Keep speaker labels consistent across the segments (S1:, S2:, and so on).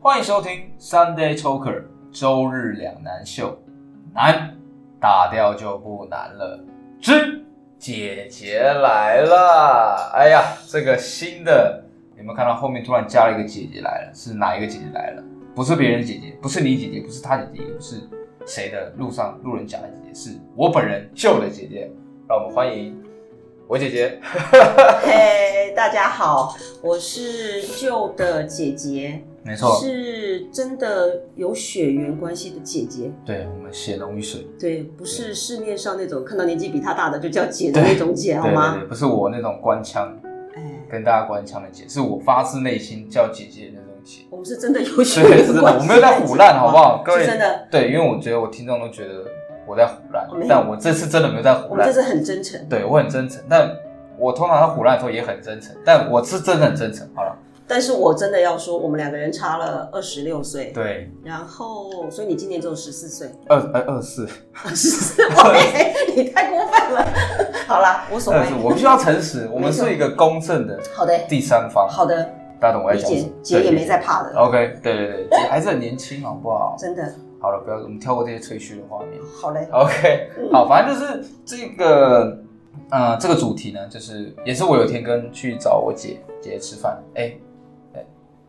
S1: 欢迎收听 Sunday Talker 周日两难秀，难打掉就不难了。之姐姐来啦！哎呀，这个新的，有没有看到后面突然加了一个姐姐来了？是哪一个姐姐来了？不是别人的姐姐，不是你姐姐，不是她姐姐，也不是谁的路上路人甲的姐姐，是我本人救的姐姐。让我们欢迎我姐姐。
S2: 嘿、大家好，我是旧的姐姐，
S1: 没错，
S2: 是真的有血缘关系的姐姐，
S1: 对我们血浓于水。
S2: 对，不是市面上那种看到年纪比她大的就叫姐的那种姐，好
S1: 对对
S2: 吗？
S1: 对，不是我那种官腔。
S2: 哎，
S1: 跟大家官腔的姐，是我发自内心叫姐姐的那种姐。
S2: 我们是真的有血
S1: 对，是
S2: 缘
S1: 真
S2: 关
S1: 的，
S2: 系，
S1: 我没有在胡乱，好不好？各
S2: 是
S1: 位，
S2: 真的，
S1: 对，因为我觉得我听众都觉得我在胡乱
S2: 我没，有
S1: 但我这次真的没有在胡
S2: 我们
S1: 乱
S2: 这。是很真诚。
S1: 对，我很真诚，但我通常在胡乱的时候也很真诚，但我是真的很真诚。好了，
S2: 但是我真的要说，我们两个人差了二十六岁，
S1: 对，
S2: 然后，所以你今年只有十四 岁，
S1: 二呃二四，
S2: 十四，喂你太过分了。好啦，无所谓
S1: 二四，。我必须要诚实，我们是一个公正的
S2: 好的，
S1: 第三方。
S2: 好的，
S1: 大家懂我在
S2: 理
S1: 讲什
S2: 解
S1: 么？，
S2: 姐也
S1: 对
S2: 没在。怕的，
S1: OK，对对对，姐还是很年轻，好不好？
S2: 真的。
S1: 好了，不要，我们跳过这些吹嘘的画面。
S2: 好嘞，
S1: OK，好，反正就是这个，呃，这个主题呢，就是也是我有一天跟去找我姐姐姐吃饭，哎、哎、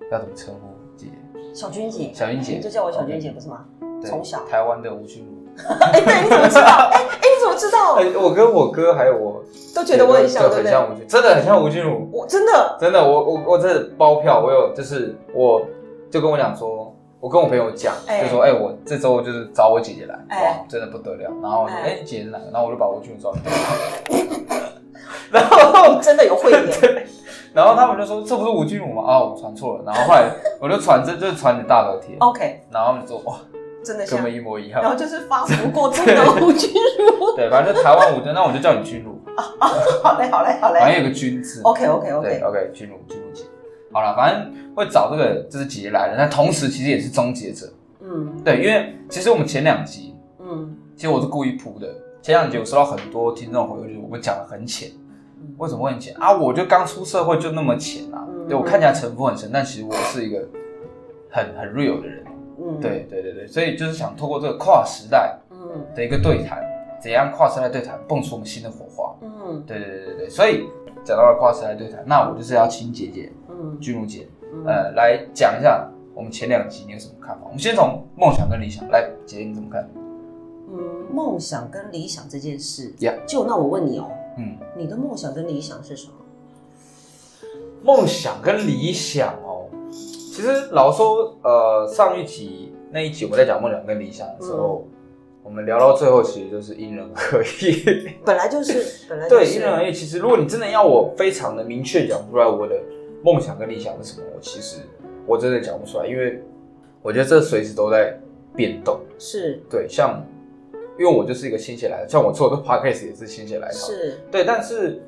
S1: 要怎么称呼姐姐？
S2: 小君姐，
S1: 小云姐
S2: 你就叫我小君姐不是吗？
S1: 对
S2: 从小
S1: 台湾的吴君如。
S2: 哎，对，你怎么知道？哎哎，你怎么知道？
S1: 哎，我跟我哥还有我
S2: 都觉得我很像，
S1: 对很
S2: 对不对？
S1: 像吴君，真的很像吴君如，
S2: 我真的，
S1: 真的，我我我这包票，我有就是我就跟我讲说。我跟我朋友讲，
S2: 哎
S1: 就说哎、我这周就是找我姐姐来，
S2: 哎
S1: 哇，真的不得了。然后我就哎、
S2: 哎
S1: 姐姐来，然后我就把吴君如找来，
S2: 你哦真的有 慧眼，
S1: 然后他们就说这不是吴君如吗？啊，我传错了。然后后来我就传这就是传你大头贴，
S2: OK，
S1: 然后他们就说哇，
S2: 真的
S1: 跟我
S2: 像。
S1: 们一模一样
S2: 然。后就是发福过正的吴君如。
S1: 对，反正就台湾舞的，那我就叫你君如，
S2: 好嘞，好嘞，好
S1: 反正
S2: 嘞。
S1: 有个君字。
S2: OK OK
S1: 对
S2: OK，
S1: ，OK，君如，君如姐。好了，反正会找这个就是姐姐来的，但同时其实也是终结者。
S2: 嗯
S1: 对，因为其实我们前两集，
S2: 嗯
S1: 其实我是故意铺的。前两集我收到很多听众回馈，就是我们讲的很浅，
S2: 嗯
S1: 为什么会很浅啊？我就刚出社会就那么浅啊，
S2: 嗯
S1: 对我看起来城府很深，但其实我是一个很很 real 的人。
S2: 嗯，
S1: 对对对对，所以就是想透过这个跨时代
S2: 嗯
S1: 的一个对谈，怎样跨时代对谈蹦出我们新的火花。
S2: 嗯
S1: 对对对对对，所以讲到了跨时代对谈，那我就是要请姐姐
S2: 嗯
S1: 君如姐，
S2: 嗯，
S1: 呃，来讲一下我们前两集你有什么看法？我们先从梦想跟理想来，姐姐你怎么看？
S2: 嗯，梦想跟理想这件事
S1: Yeah，
S2: 就那我问你哦，
S1: 嗯，
S2: 你的梦想跟理想是什么？
S1: 梦想跟理想哦，其实老实说，呃，上一集那一集我们在讲梦想跟理想的时候，我们聊到最后其实就是因人而 异。
S2: 本来就是，本来就
S1: 对，
S2: 是
S1: 因人而异。其实，如果你真的要我非常的明确讲出来我的梦想跟理想是什么，我其实我真的讲不出来，因为我觉得这随时都在变动。
S2: 是
S1: 对，像因为我就是一个心血来潮，像我做的 podcast 也是心血来潮。
S2: 是，
S1: 对，但是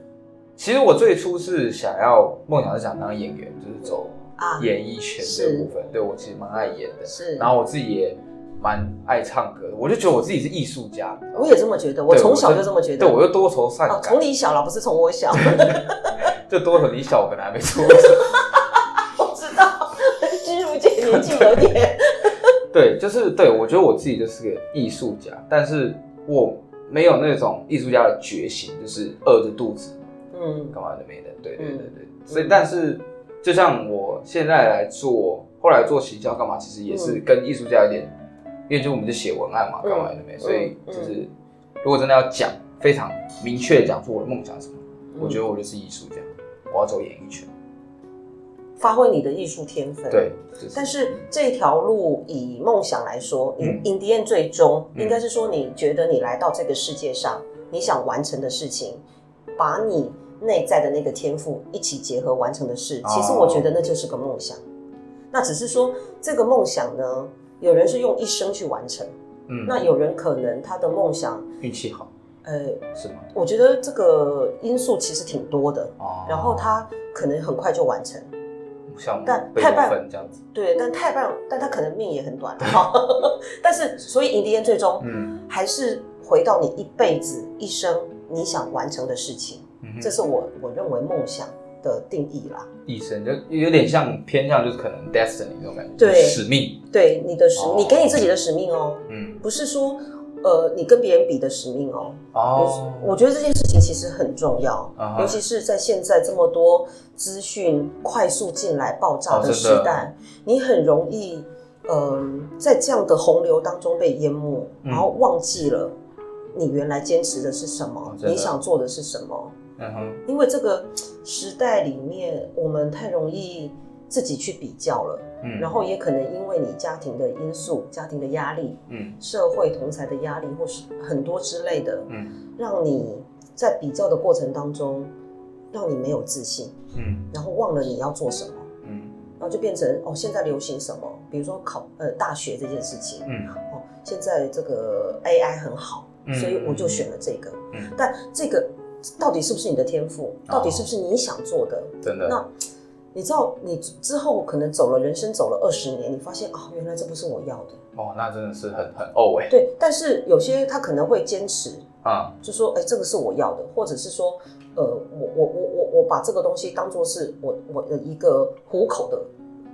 S1: 其实我最初是想要梦想是想当演员，就是走
S2: 啊，
S1: 演艺圈
S2: 是
S1: 这部分。对我其实蛮爱演的，
S2: 是。
S1: 然后我自己也蛮爱唱歌的，我就觉得我自己是艺术家。
S2: 我也这么觉得，我
S1: 对
S2: 从小
S1: 真
S2: 就这么觉得。
S1: 对，我又多愁善
S2: 哦
S1: 感，，
S2: 从你小了，不是从 我小，
S1: 就多和你小，我可能还没出。
S2: 我知道。君如姐年纪有点，
S1: 对，就是对我觉得我自己就是个艺术家，但是我没有那种艺术家的决心，就是饿着肚子
S2: 嗯
S1: 干嘛都没的。对对对
S2: 嗯
S1: 对，所以但是就像我现在来做，后来做行销干嘛，其实也是跟艺术家有点，因为就我们就写文案嘛，
S2: 嗯
S1: 干嘛都没，所以
S2: 嗯
S1: 就是如果真的要讲非常明确地讲出我的梦想是什么，我
S2: 嗯
S1: 觉得我就是艺术家，我要走演艺圈。
S2: 发挥你的艺术天分。。
S1: 对，就是
S2: 但是这条路以梦想来说，你
S1: 嗯
S2: in the end 最终
S1: 嗯
S2: 应该是说，你觉得你来到这个世界上，你想完成的事情，把你内在的那个天赋一起结合完成的事，其实
S1: 哦
S2: 我觉得那就是个梦想。那只是说这个梦想呢，有人是用一生去完成，
S1: 嗯，
S2: 那有人可能他的梦想，
S1: 运气好
S2: 呃，
S1: 是吗？
S2: 我觉得这个因素其实挺多的，
S1: 哦
S2: 然后他可能很快就完成，
S1: 像
S2: 但
S1: 贝
S2: 太
S1: 多
S2: 棒
S1: 芬这样子，
S2: 对，但太棒，但他可能命也很短， 但是所以 in the end 最终
S1: 嗯，
S2: 还是回到你一辈子一生你想完成的事情，这是我我认为梦想的定义啦。
S1: 嗯一生就有点像偏向就是可能 destiny 那种感觉，
S2: 对
S1: 使命，
S2: 对你的使
S1: 哦
S2: 命，你给你自己的使命哦，
S1: 嗯，
S2: 不是说呃你跟别人比的使命哦。
S1: 哦，
S2: 我觉得这件事情其实很重要
S1: 啊，哈
S2: 尤其是在现在这么多资讯快速进来爆炸
S1: 哦真
S2: 的
S1: 的
S2: 时代，你很容易嗯、在这样的洪流当中被淹没，
S1: 嗯
S2: 然后忘记了你原来坚持的是什么，
S1: 啊真的
S2: 你想做的是什么。
S1: 嗯哼，
S2: 因为这个时代里面，我们太容易自己去比较了，
S1: 嗯，
S2: 然后也可能因为你家庭的因素、家庭的压力、
S1: 嗯
S2: 社会同才的压力，或是很多之类的，
S1: 嗯
S2: 让你在比较的过程当中，让你没有自信，
S1: 嗯
S2: 然后忘了你要做什么，
S1: 嗯
S2: 然后就变成哦，现在流行什么？比如说考呃大学这件事情，
S1: 嗯，
S2: 哦，现在这个 AI 很好，
S1: 嗯
S2: 所以我就选了这个。
S1: 嗯哦
S2: 但这个到底是不是你的天赋？到底是不是你想做的？
S1: 真的，
S2: 那你知道，你之后可能走了人生走了二十年，你发现啊、原来这不是我要的。
S1: 哦，那真的是很很呕哎，
S2: 对，但是有些他可能会坚持，
S1: 啊，
S2: 就说哎、这个是我要的，或者是说，呃，我我我我我把这个东西当做是我我的一个糊口的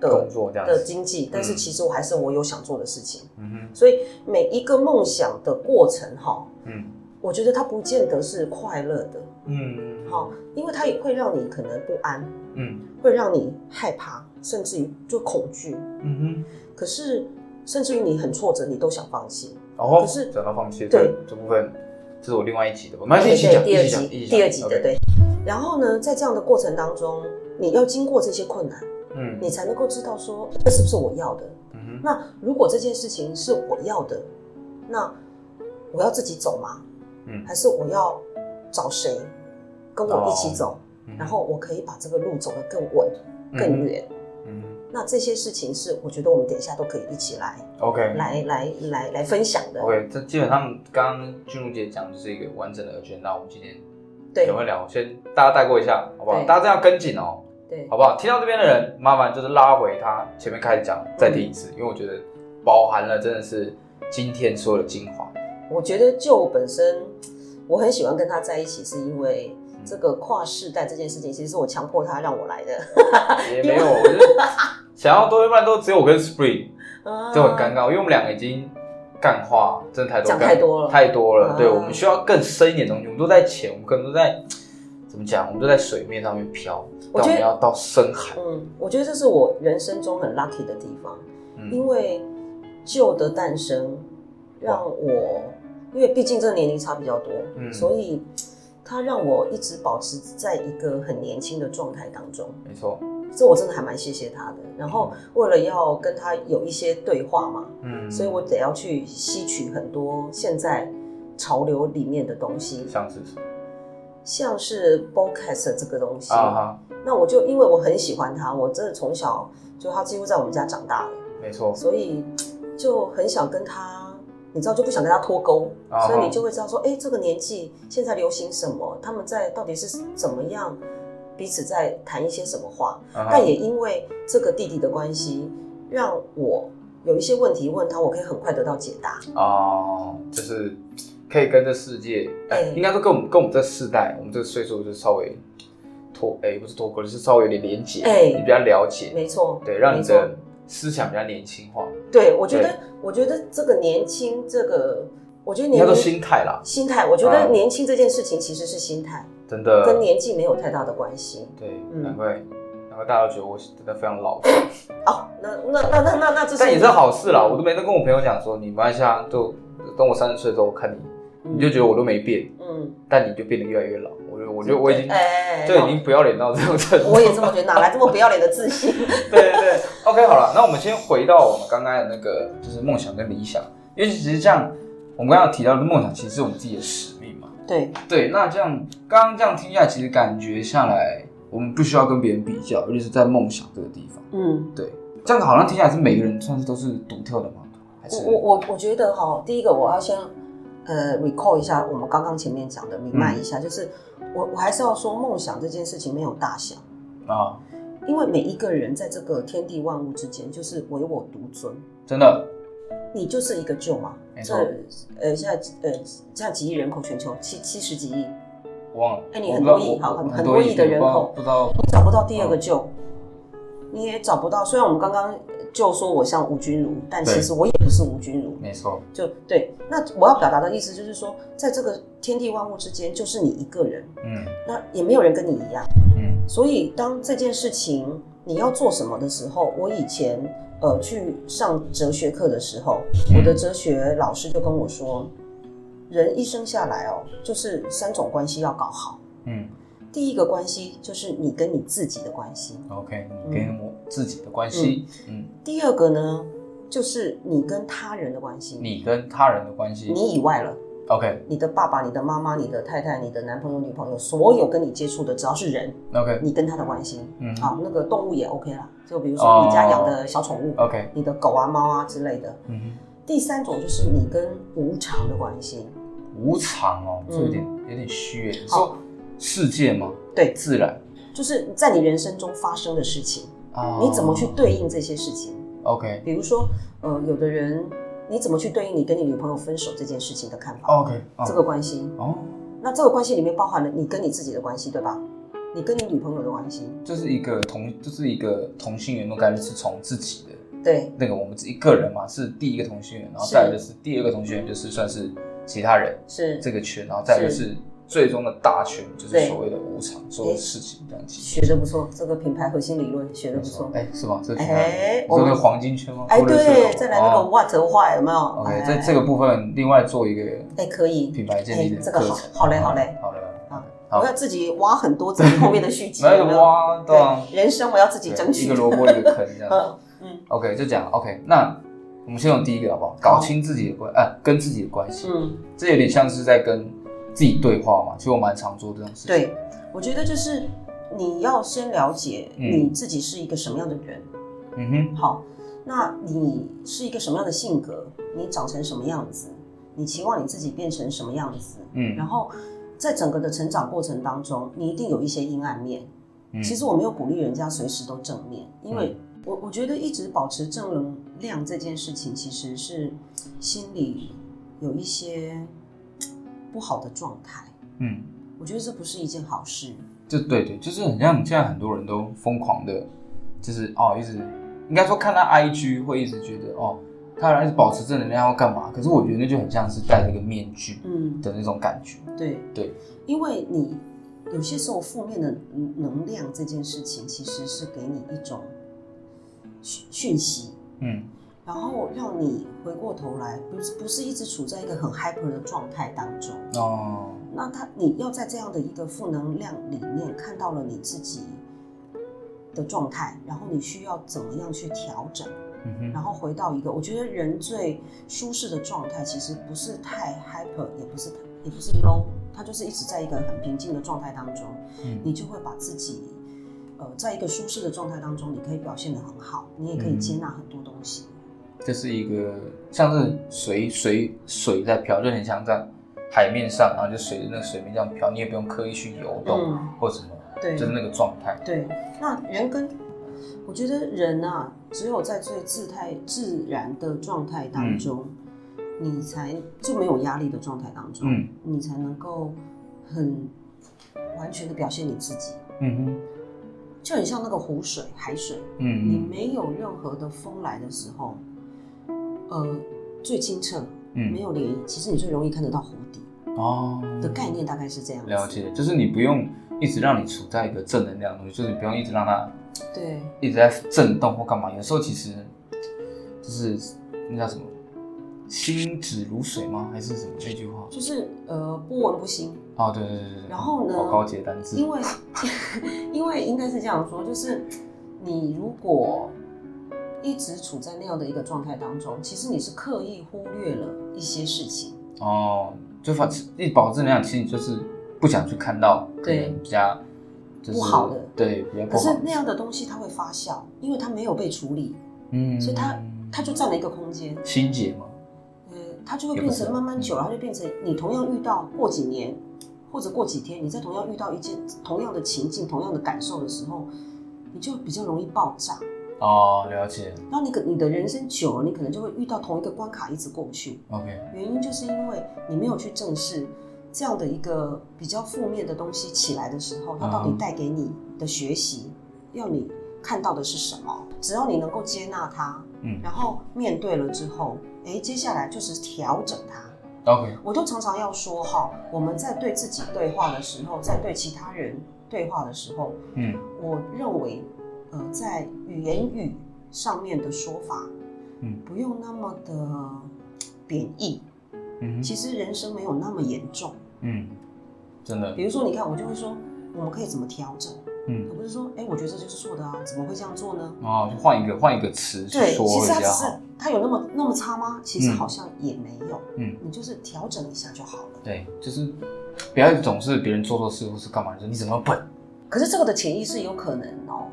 S1: 工
S2: 的
S1: 作这样
S2: 的
S1: 子，
S2: 经济，但是其实我还是我有想做的事情。
S1: 嗯哼，
S2: 所以每一个梦想的过程哈，
S1: 嗯
S2: 我觉得它不见得是快乐的
S1: 嗯，
S2: 哈，因为它也会让你可能不安，
S1: 嗯
S2: 会让你害怕，甚至于就恐惧。
S1: 嗯
S2: 可是甚至于你很挫折，你都想放弃。
S1: 哼，哦，
S2: 可是
S1: 讲到放弃，
S2: 对
S1: 这这部分，这是我另外一集的，我们一起
S2: 对
S1: 讲，
S2: 第
S1: 一
S2: 二
S1: 起讲，一起
S2: 集
S1: 讲
S2: 第二集的
S1: OK
S2: 对。然后呢，在这样的过程当中，你要经过这些困难，
S1: 嗯
S2: 你才能够知道说这是不是我要的。
S1: 嗯哼，
S2: 那如果这件事情是我要的，那我要自己走吗？
S1: 嗯
S2: 还是我要找谁跟我一起走，
S1: 嗯
S2: 然后我可以把这个路走得更稳、更，远？
S1: 嗯哼
S2: 那这些事情是我觉得我们等一下都可以一起来、
S1: 嗯，OK。
S2: 来、来、来、来分享的。
S1: OK，这基本上刚刚俊如姐讲就是一个完整的 agenda，我们今天
S2: 对
S1: 也会聊，先大家带过一下，好不好？
S2: 对
S1: 大家真的要跟紧哦，
S2: 对
S1: 好不好？听到这边的人，麻烦就是拉回他前面开始讲，再听一次，因为我觉得包含了真的是今天所有的精华。
S2: 我觉得就我本身，我很喜欢跟他在一起，是
S1: 嗯
S2: 因为这个跨世代这件事情，其实是我强迫他让我来的。
S1: 也没有，我就是 想要多，要不然都只有我跟 Spring，
S2: 啊
S1: 就很尴尬，因为我们两个已经干话真的太多，
S2: 讲
S1: 干
S2: 太多了
S1: 太多了。
S2: 啊
S1: 对，我们需要更深一点的东西，我们都在浅，我们可能都在怎么讲，我们都在水面上面飘，
S2: 我
S1: 但我
S2: 觉得
S1: 们要到深海。
S2: 嗯，我觉得这是我人生中很 lucky 的地方，因
S1: 嗯
S2: 为旧的诞生让我，因为毕竟这个年龄差比较多，
S1: 嗯
S2: 所以它让我一直保持在一个很年轻的状态当中。
S1: 没错，
S2: 这我真的还蛮谢谢他的。然后为了要跟他有一些对话嘛，
S1: 嗯，
S2: 所以我得要去吸取很多现在潮流里面的东西，
S1: 像是什么
S2: 像是 podcast 这个东西。
S1: 啊哈，
S2: 那我就因为我很喜欢他，我真的从小就他几乎在我们家长大的，
S1: 没错，
S2: 所以嘖就很想跟他，你知道就不想跟他脱钩
S1: 啊哈
S2: 所以你就会知道说，哎、这个年纪现在流行什么，他们在到底是怎么样彼此在谈一些什么话。
S1: 啊哈
S2: 但也因为这个弟弟的关系，让我有一些问题问他，我可以很快得到解答。
S1: 哦，就是可以跟这世界，哎、
S2: 对
S1: 应该说跟我们跟我们这世代，我们这个岁数就稍微脱，哎、不是脱钩，就是稍微有点连结，
S2: 哎
S1: 你比较了解，
S2: 没错，
S1: 对，让
S2: 没
S1: 你
S2: 错
S1: 的思想比较年轻化，
S2: 对，我觉
S1: 对
S2: 得，我觉得这个年轻，这个，我觉得
S1: 应该
S2: 年
S1: 说
S2: 龄
S1: 心态啦，
S2: 心态，我觉
S1: 啊
S2: 得年轻这件事情其实是心态，
S1: 真的，
S2: 跟年纪没有太大的关系。
S1: 对，
S2: 嗯
S1: 难怪难怪大家都觉得我真的非常老，
S2: 哦，那那那那那那这是，
S1: 但也是好事啦，我都每天跟我朋友讲说，你慢下就等我三十岁之后我看你，
S2: 嗯，
S1: 你就觉得我都没变，
S2: 嗯，
S1: 但你就变得越来越老，我就我觉得我已经。
S2: 哎，
S1: 就已经不要脸到这种程度，
S2: 我也这么觉得，哪来这么不要脸的自信？
S1: 对对对，OK，好了，那我们先回到我们刚刚的那个，就是梦想跟理想，因为其实这样，我们刚刚有提到的梦想其实是我们自己的使命嘛。
S2: 对，
S1: 对，那这样刚刚这样听下来，其实感觉下来，我们不需要跟别人比较，尤其是在梦想这个地方。
S2: 嗯，
S1: 对，这样好像听起来是每个人算是都是独特的吗？还是
S2: 我我我我觉得哈，第一个我要先呃 recall 一下我们刚刚前面讲的，remind
S1: 嗯
S2: 一下，就是我我还是要说梦想这件事情没有大小，
S1: 啊，
S2: 因为每一个人在这个天地万物之间，就是唯我独尊。
S1: 真的，
S2: 你就是一个舅嘛
S1: 没，
S2: 这
S1: 错
S2: 呃现在呃现在几亿人口，全球七七十几亿，
S1: 我忘了。
S2: 哎你
S1: 我
S2: 很
S1: 不知道
S2: 多亿
S1: 我
S2: 好很
S1: 我
S2: 很多亿的人口
S1: 我不知道。不知道
S2: 你找不到第二个舅，你也找不到。虽然我们刚刚就说我像吴君如，但
S1: 对
S2: 其实我也不是吴君如。
S1: 没错，
S2: 就对，那我要表达的意思就是说，在这个天地万物之间，就是你一个人，
S1: 嗯
S2: 那也没有人跟你一样。
S1: 嗯
S2: 所以当这件事情你要做什么的时候，我以前呃去上哲学课的时候，
S1: 嗯
S2: 我的哲学老师就跟我说，人一生下来哦，就是三种关系要搞好。
S1: 嗯
S2: 第一个关系就是你跟你自己的关系，
S1: ，OK，你
S2: 嗯
S1: 跟我自己的关系，嗯，
S2: 第二个呢就是你跟他人的关系，
S1: 你跟他人的关系
S2: 你以外了。
S1: ，OK
S2: 你的爸爸、你的妈妈、你的太太、你的男朋友、女朋友，所有跟你接触的，只要是人，
S1: OK，
S2: 你跟他的关系，
S1: 嗯
S2: 啊，那个动物也 OK 啦。就比如
S1: 哦
S2: 说你家养的小宠物，
S1: ，OK，
S2: 你的狗啊、猫啊之类的。
S1: 嗯
S2: 第三种就是你跟无常的关系，
S1: 哼，无常哦，
S2: 嗯
S1: 这有点有点虚耶。你
S2: 好
S1: 说世界吗？
S2: 对
S1: 自然
S2: 就是在你人生中发生的事情，
S1: 啊
S2: 你怎么去对应这些事情？
S1: ？OK
S2: 比如说，呃，有的人你怎么去对应你跟你女朋友分手这件事情的看法？
S1: OK，
S2: 这个关系，
S1: 哦，
S2: 那这个关系里面包含了你跟你自己的关系，对吧？你跟你女朋友的关系，
S1: 就是一个同，就是一个同性缘的概率是从自己的
S2: 对，
S1: 那个我们自己个人嘛，是第一个同性缘，然后
S2: 是
S1: 再来就是第二个同性缘，就是算是其他人
S2: 是
S1: 这个圈，然后再来就是最终的大圈，就是
S2: 对
S1: 所谓的无常，所有事情这样子。
S2: 学的不错，这个品牌核心理论学的
S1: 没
S2: 不
S1: 错
S2: 错，。
S1: 哎，是吗？这是哪
S2: 哎
S1: 你说
S2: 我
S1: 那
S2: 们
S1: 个黄金圈吗？
S2: 哎，
S1: 或者是
S2: 对，再来那个
S1: 哦
S2: what why 有没有
S1: OK，
S2: 哎
S1: 在这个部分另外做一个
S2: 哎可以，
S1: 品牌建立的
S2: 哎这个好
S1: 课程嗯
S2: 好嘞好嘞
S1: 好嘞，好嘞
S2: 啊
S1: 好
S2: 我要自己挖很多自己后面的续集，
S1: 没
S2: 有没
S1: 有
S2: 有？
S1: 挖到
S2: 对，人生我要自己争取
S1: 一个。萝卜一个坑这样子。
S2: 嗯嗯
S1: OK，就讲 OK。那我们先从第一个好不好？搞清自己的关，呃，跟自己的关系，
S2: 嗯，
S1: 这有点像是在跟自己对话嘛。其实我蛮常做这种事情。，
S2: 对，我觉得就是你要先了解
S1: 嗯
S2: 你自己是一个什么样的人，
S1: 嗯哼，
S2: 好，那你是一个什么样的性格，你长成什么样子，你期望你自己变成什么样子，然
S1: 嗯，
S2: 后在整个的成长过程当中，你一定有一些阴暗面。
S1: 嗯
S2: 其实我没有鼓励人家随时都正面，因为我我觉得一直保持正能量这件事情，其实是心里有一些不好的状态。
S1: 嗯，
S2: 我觉得这不是一件好事。
S1: 就对对，就是很像现在很多人都疯狂的，就是哦，一直应该说看他 IG 会一直觉得哦，他一直保持正能量要干嘛？可是我觉得那就很像是戴了一个面具
S2: 嗯，
S1: 的那种感觉。
S2: 对
S1: 对，
S2: 因为你有些时候负面的能能量这件事情，其实是给你一种讯讯息，
S1: 嗯
S2: 然后让你回过头来，不是不是一直处在一个很 hyper 的状态当中。
S1: 哦，
S2: 那他你要在这样的一个负能量里面看到了你自己的状态，然后你需要怎么样去调整，
S1: 嗯
S2: 然
S1: 哼，
S2: 后回到一个我觉得人最舒适的状态，其实不是太 hyper，也不是也不是 low，它就是一直在一个很平静的状态当中，
S1: 嗯
S2: 你就会把自己。呃，在一个舒适的状态当中，你可以表现得很好，你也可以接纳很多东西。
S1: 这是一个像是水水水在飘，就很像在海面上，然后就随着那个水面这样飘，你也不用刻意去游动、
S2: 嗯
S1: 或什么，
S2: 对
S1: 就是那个状态。
S2: 对，那人跟我觉得人啊，只有在最自态自然的状态当中，
S1: 嗯
S2: 你才就没有压力的状态当中，
S1: 嗯
S2: 你才能够很完全的表现你自己，
S1: 嗯哼，
S2: 就很像那个湖水、海水，你
S1: 嗯
S2: 没有任何的风来的时候，呃，最清澈，
S1: 嗯
S2: 没有涟漪，其实你最容易看得到湖底
S1: 嗯哦
S2: 的概念，大概是这样子。
S1: 了，解，就是你不用一直让你处在一个正能量的东西，就是你不用一直让它
S2: 对，
S1: 一直在震动或干嘛。有时候其实就是那叫什么“心止如水”吗？还是什么这句话？
S2: 就是呃，不闻不兴。
S1: 哦，对对对对对。
S2: 然后呢
S1: 好高级的单词。
S2: 因为 因为应该是这样说，就是你如果一直处在那样的一个状态当中，其实你是刻意忽略了一些事情。
S1: 哦，就反一保证量，其实你就是不想去看到可
S2: 对
S1: 能比较就是
S2: 不好的
S1: 对比较不
S2: 可
S1: 好
S2: 是
S1: 的，
S2: 那样的东西它会发酵，因为它没有被处理，
S1: 嗯
S2: 所以它就占了一个空间，
S1: 心结嘛，
S2: 呃，它就会
S1: 也不
S2: 变
S1: 是
S2: 成慢慢
S1: 嗯
S2: 久了，它就变成你同样遇到过几年或者过几天，你在同样遇到一件同样的情境、同样的感受的时候，你就比较容易爆炸。
S1: 哦，了解
S2: 然后你可你的人生久了，你可能就会遇到同一个关卡一直过不去。
S1: ，OK，
S2: 原因就是因为你没有去正视这样的一个比较负面的东西起来的时候，它到底
S1: 嗯
S2: 带给你的学习，要你看到的是什么？只要你能够接纳它，
S1: 嗯
S2: 然后面对了之后，哎，接下来就是调整它。
S1: ，OK，
S2: 我都常常要说哈，我们在对自己对话的时候，在对其他人对话的时候，
S1: 嗯
S2: 我认为，呃，在语言语上面的说法，
S1: 嗯，
S2: 不用那么的贬义。
S1: 嗯
S2: 其实人生没有那么严重。
S1: 嗯，真的，
S2: 比如说，你看，我就会说，我们可以怎么调整，
S1: 嗯
S2: 而不是说，哎，我觉得这就是错的啊，怎么会这样做呢？
S1: 哦，就换一个换一个词去
S2: 对，
S1: 说
S2: 其
S1: 会
S2: 实它
S1: 比
S2: 只
S1: 较
S2: 是
S1: 好，
S2: 它有那么那么差吗？其实
S1: 嗯
S2: 好像也没有，
S1: 嗯，
S2: 你就是调整一下就好了。
S1: 对，就是不要总是别人做错事或是干嘛，就是你怎么笨，
S2: 可是这个的潜意识有可能哦，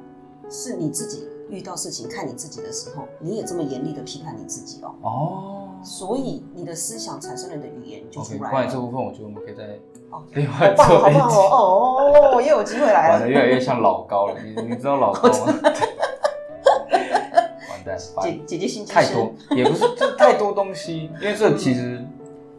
S2: 是你自己遇到事情看你自己的时候，你也这么严厉的批判你自己哦，
S1: 哦
S2: 所以你的思想产生了你的语言就
S1: ，OK，
S2: 出
S1: 关
S2: 来
S1: 于这
S2: 了。
S1: 部分，我觉得我们可以再
S2: 哦
S1: 另
S2: 好
S1: 外
S2: 棒哦，
S1: 做
S2: 好
S1: 一
S2: 棒
S1: 集，
S2: 哦！哦，又有机会来
S1: 玩的
S2: 了。
S1: 越来越像老高了，你你知道老高吗？ 完蛋，烦
S2: 姐姐姐心机
S1: 太多
S2: 深，
S1: 也不是就太多东西，因为这其实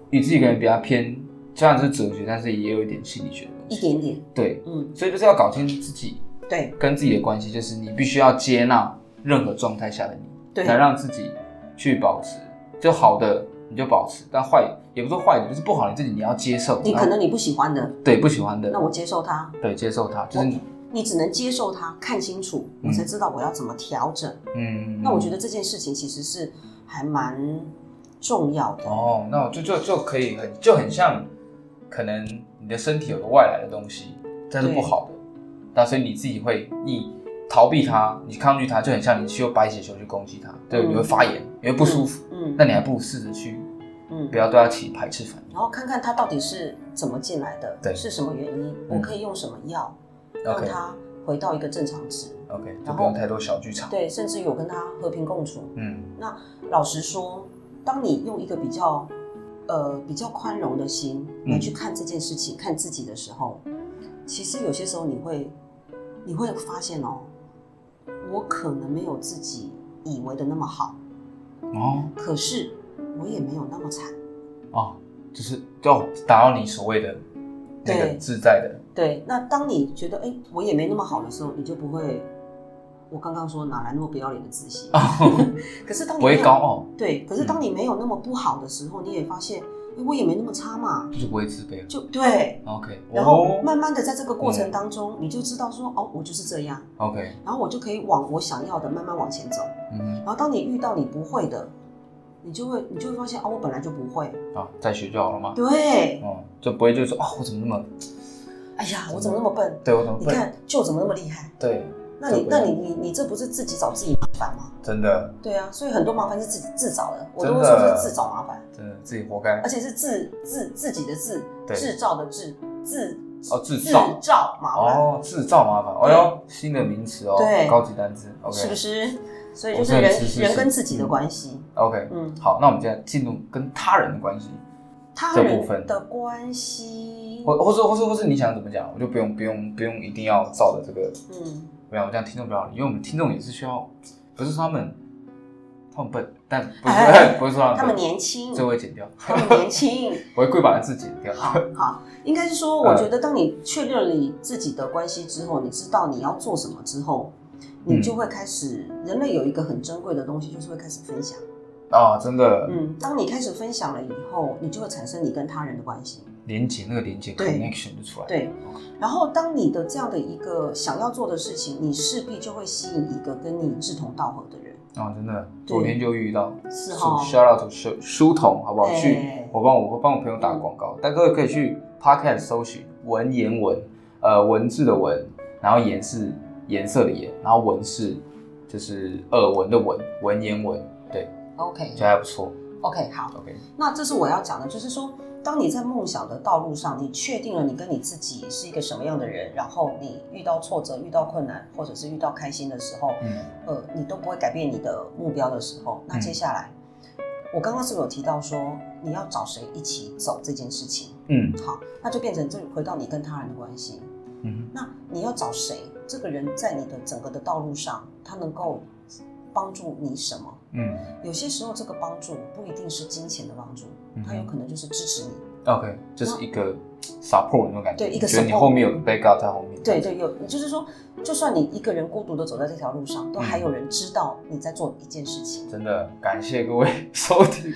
S1: 你自己个人比较偏，虽然是哲学，但是也有一点心理学的东
S2: 一
S1: 西。
S2: 点点，
S1: 对，
S2: 嗯，
S1: 所以就是要搞清自己
S2: 对
S1: 跟自己的关系，就是你必须要接纳任何状态下的你，
S2: 对
S1: 来让自己去保持，就好的你就保持，但坏也不是说坏的，就是不好你自己你要接受。
S2: 你可
S1: 然后
S2: 能你不喜欢的，
S1: 对不喜欢
S2: 那
S1: 的，
S2: 我接受它，
S1: 对接受它，就是你
S2: 你只能接受它，看清楚，我才知道我要怎么调整。
S1: 嗯。
S2: 那我觉得这件事情其实是还蛮重要的。
S1: 哦，那我就就就可以很就很像，可能你的身体有个外来的东西，它是不好的，那所以你自己会你逃避它，你抗拒它，就很像你去用白血球去攻击它，对，
S2: 嗯
S1: 你会发炎，你会不舒服，
S2: 嗯
S1: 那你还不如试着去
S2: 嗯
S1: 不要对它起排斥反应。
S2: 然后看看它到底是怎么进来的，
S1: 对嗯
S2: 是什么原因，我可以用什么药让
S1: OK
S2: 它回到一个正常值。
S1: OK，就
S2: 然后
S1: 不用太多小剧场。
S2: 对，甚至于我跟它和平共处。
S1: 嗯
S2: 老实说，当你用一个比较呃比较宽容的心
S1: 嗯
S2: 来去看这件事情、看自己的时候，其实有些时候你会你会发现哦，我可能没有自己以为的那么好，
S1: 哦
S2: 可是我也没有那么惨。
S1: 哦，就是就达到你所谓的那个
S2: 对
S1: 自在的，
S2: 对，那当你觉得哎、诶我也没那么好的时候，你就不会，我刚刚说哪来那么不要脸的自信？ 可是当
S1: 哦
S2: 你
S1: 不会
S2: 没有
S1: 高哦傲，嗯
S2: 对，可是当你没有那么不好的时候，你也发现，哎，我也没那么差嘛，
S1: 就是不会自卑了。
S2: 就对。
S1: OK，
S2: 然后
S1: 哦嗯
S2: 慢慢的在这个过程当中，你就知道说，哦，我就是这样，
S1: OK，
S2: 然后我就可以往我想要的慢慢往前走。
S1: 嗯
S2: 然后当你遇到你不会的，你就会你就会发现，哦，我本来就不会。
S1: 啊，再学就好了吗？
S2: 对，
S1: 哦，就不会就说哦，我怎么那么，
S2: 哎呀，我怎么那么笨？
S1: 对我怎么
S2: 你
S1: 笨？
S2: 看，就怎么那么厉害？
S1: 对，
S2: 那你
S1: 对
S2: 那你你你这不是自己找自己麻烦吗？
S1: 真的，
S2: 对啊，所以很多麻烦是自己自找的，我
S1: 真
S2: 都
S1: 的
S2: 会说这是自找麻烦，
S1: 真的自己活该
S2: 而。且是自自自己的自
S1: 对
S2: 制造的制自
S1: 哦自造
S2: 造麻烦，
S1: 哦，自造麻烦。哎呦，新的名词哦，
S2: 对
S1: 高级单词。OK，
S2: 是不是？所以
S1: 我
S2: 就是
S1: 很
S2: 人
S1: 自私
S2: 人跟自己的关系，
S1: ？OK，
S2: 嗯，
S1: 好，那我们现在进入跟他人的关系，
S2: 他
S1: 这部
S2: 人
S1: 分
S2: 的关系，
S1: 或或是或是或是你想怎么讲，我就不用不用不用一定要照着这个，
S2: 嗯，
S1: 不然我这样听众不要理，因为我们听众也是需要，不是说他们他们笨， 但不是、
S2: 哎哎哎
S1: 不是说 他
S2: 他们
S1: 们笨，
S2: 年轻，
S1: 啊这我会剪掉，
S2: 他们 年轻，
S1: 我会故意把字剪掉。
S2: 好好，应该是说，
S1: 嗯
S2: 我觉得当你确认了你自己的关系之后，你知道你要做什么之后，你
S1: 嗯
S2: 就会开始。人类有一个很珍贵的东西，就是会开始分享。
S1: 啊、真的，
S2: 嗯，当你开始分享了以后，你就会产生你跟他人的关系。
S1: 连接那个连接
S2: 对
S1: connection 就出来了。
S2: 对，然后当你的这样的一个想要做的事情，你势必就会吸引一个跟你志同道合的人。
S1: 啊，真的，
S2: 对
S1: 昨天就遇到，
S2: 是哎
S1: 书
S2: 哦
S1: shout out to 书书童，好不好？
S2: 对
S1: 去，我帮我我帮我朋友打广告，大家各位可以去 podcast 搜寻文言文，呃，文字的文，然后颜是颜色的颜，然后文是就是耳闻的闻，文言文，对，
S2: OK
S1: 觉得还不错。
S2: OK，好，
S1: OK，
S2: 那这是我要讲的，就是说，当你在梦想的道路上，你确定了你跟你自己是一个什么样的人，然后你遇到挫折、遇到困难，或者是遇到开心的时候，
S1: 嗯
S2: 呃，你都不会改变你的目标的时候，那接下来，我刚刚是不是有提到说你要找谁一起走这件事情？
S1: 嗯
S2: 好，那就变成这回到你跟他人的关系。
S1: 嗯
S2: 那你要找谁？这个人在你的整个的道路上，他能够帮助你什么？
S1: 嗯
S2: 有些时候，这个帮助不一定是金钱的帮助
S1: 嗯，哼
S2: 它有可能就是支持你。
S1: ，OK，这是一个 support 那种感觉，
S2: 对一
S1: 你
S2: 个
S1: 觉得你
S2: support
S1: 后面有 backup 在后面，
S2: 对对，有，就是说，就算你一个人孤独的走在这条路上，都还有人知道你在做一件事情。
S1: 真的感谢各位 收听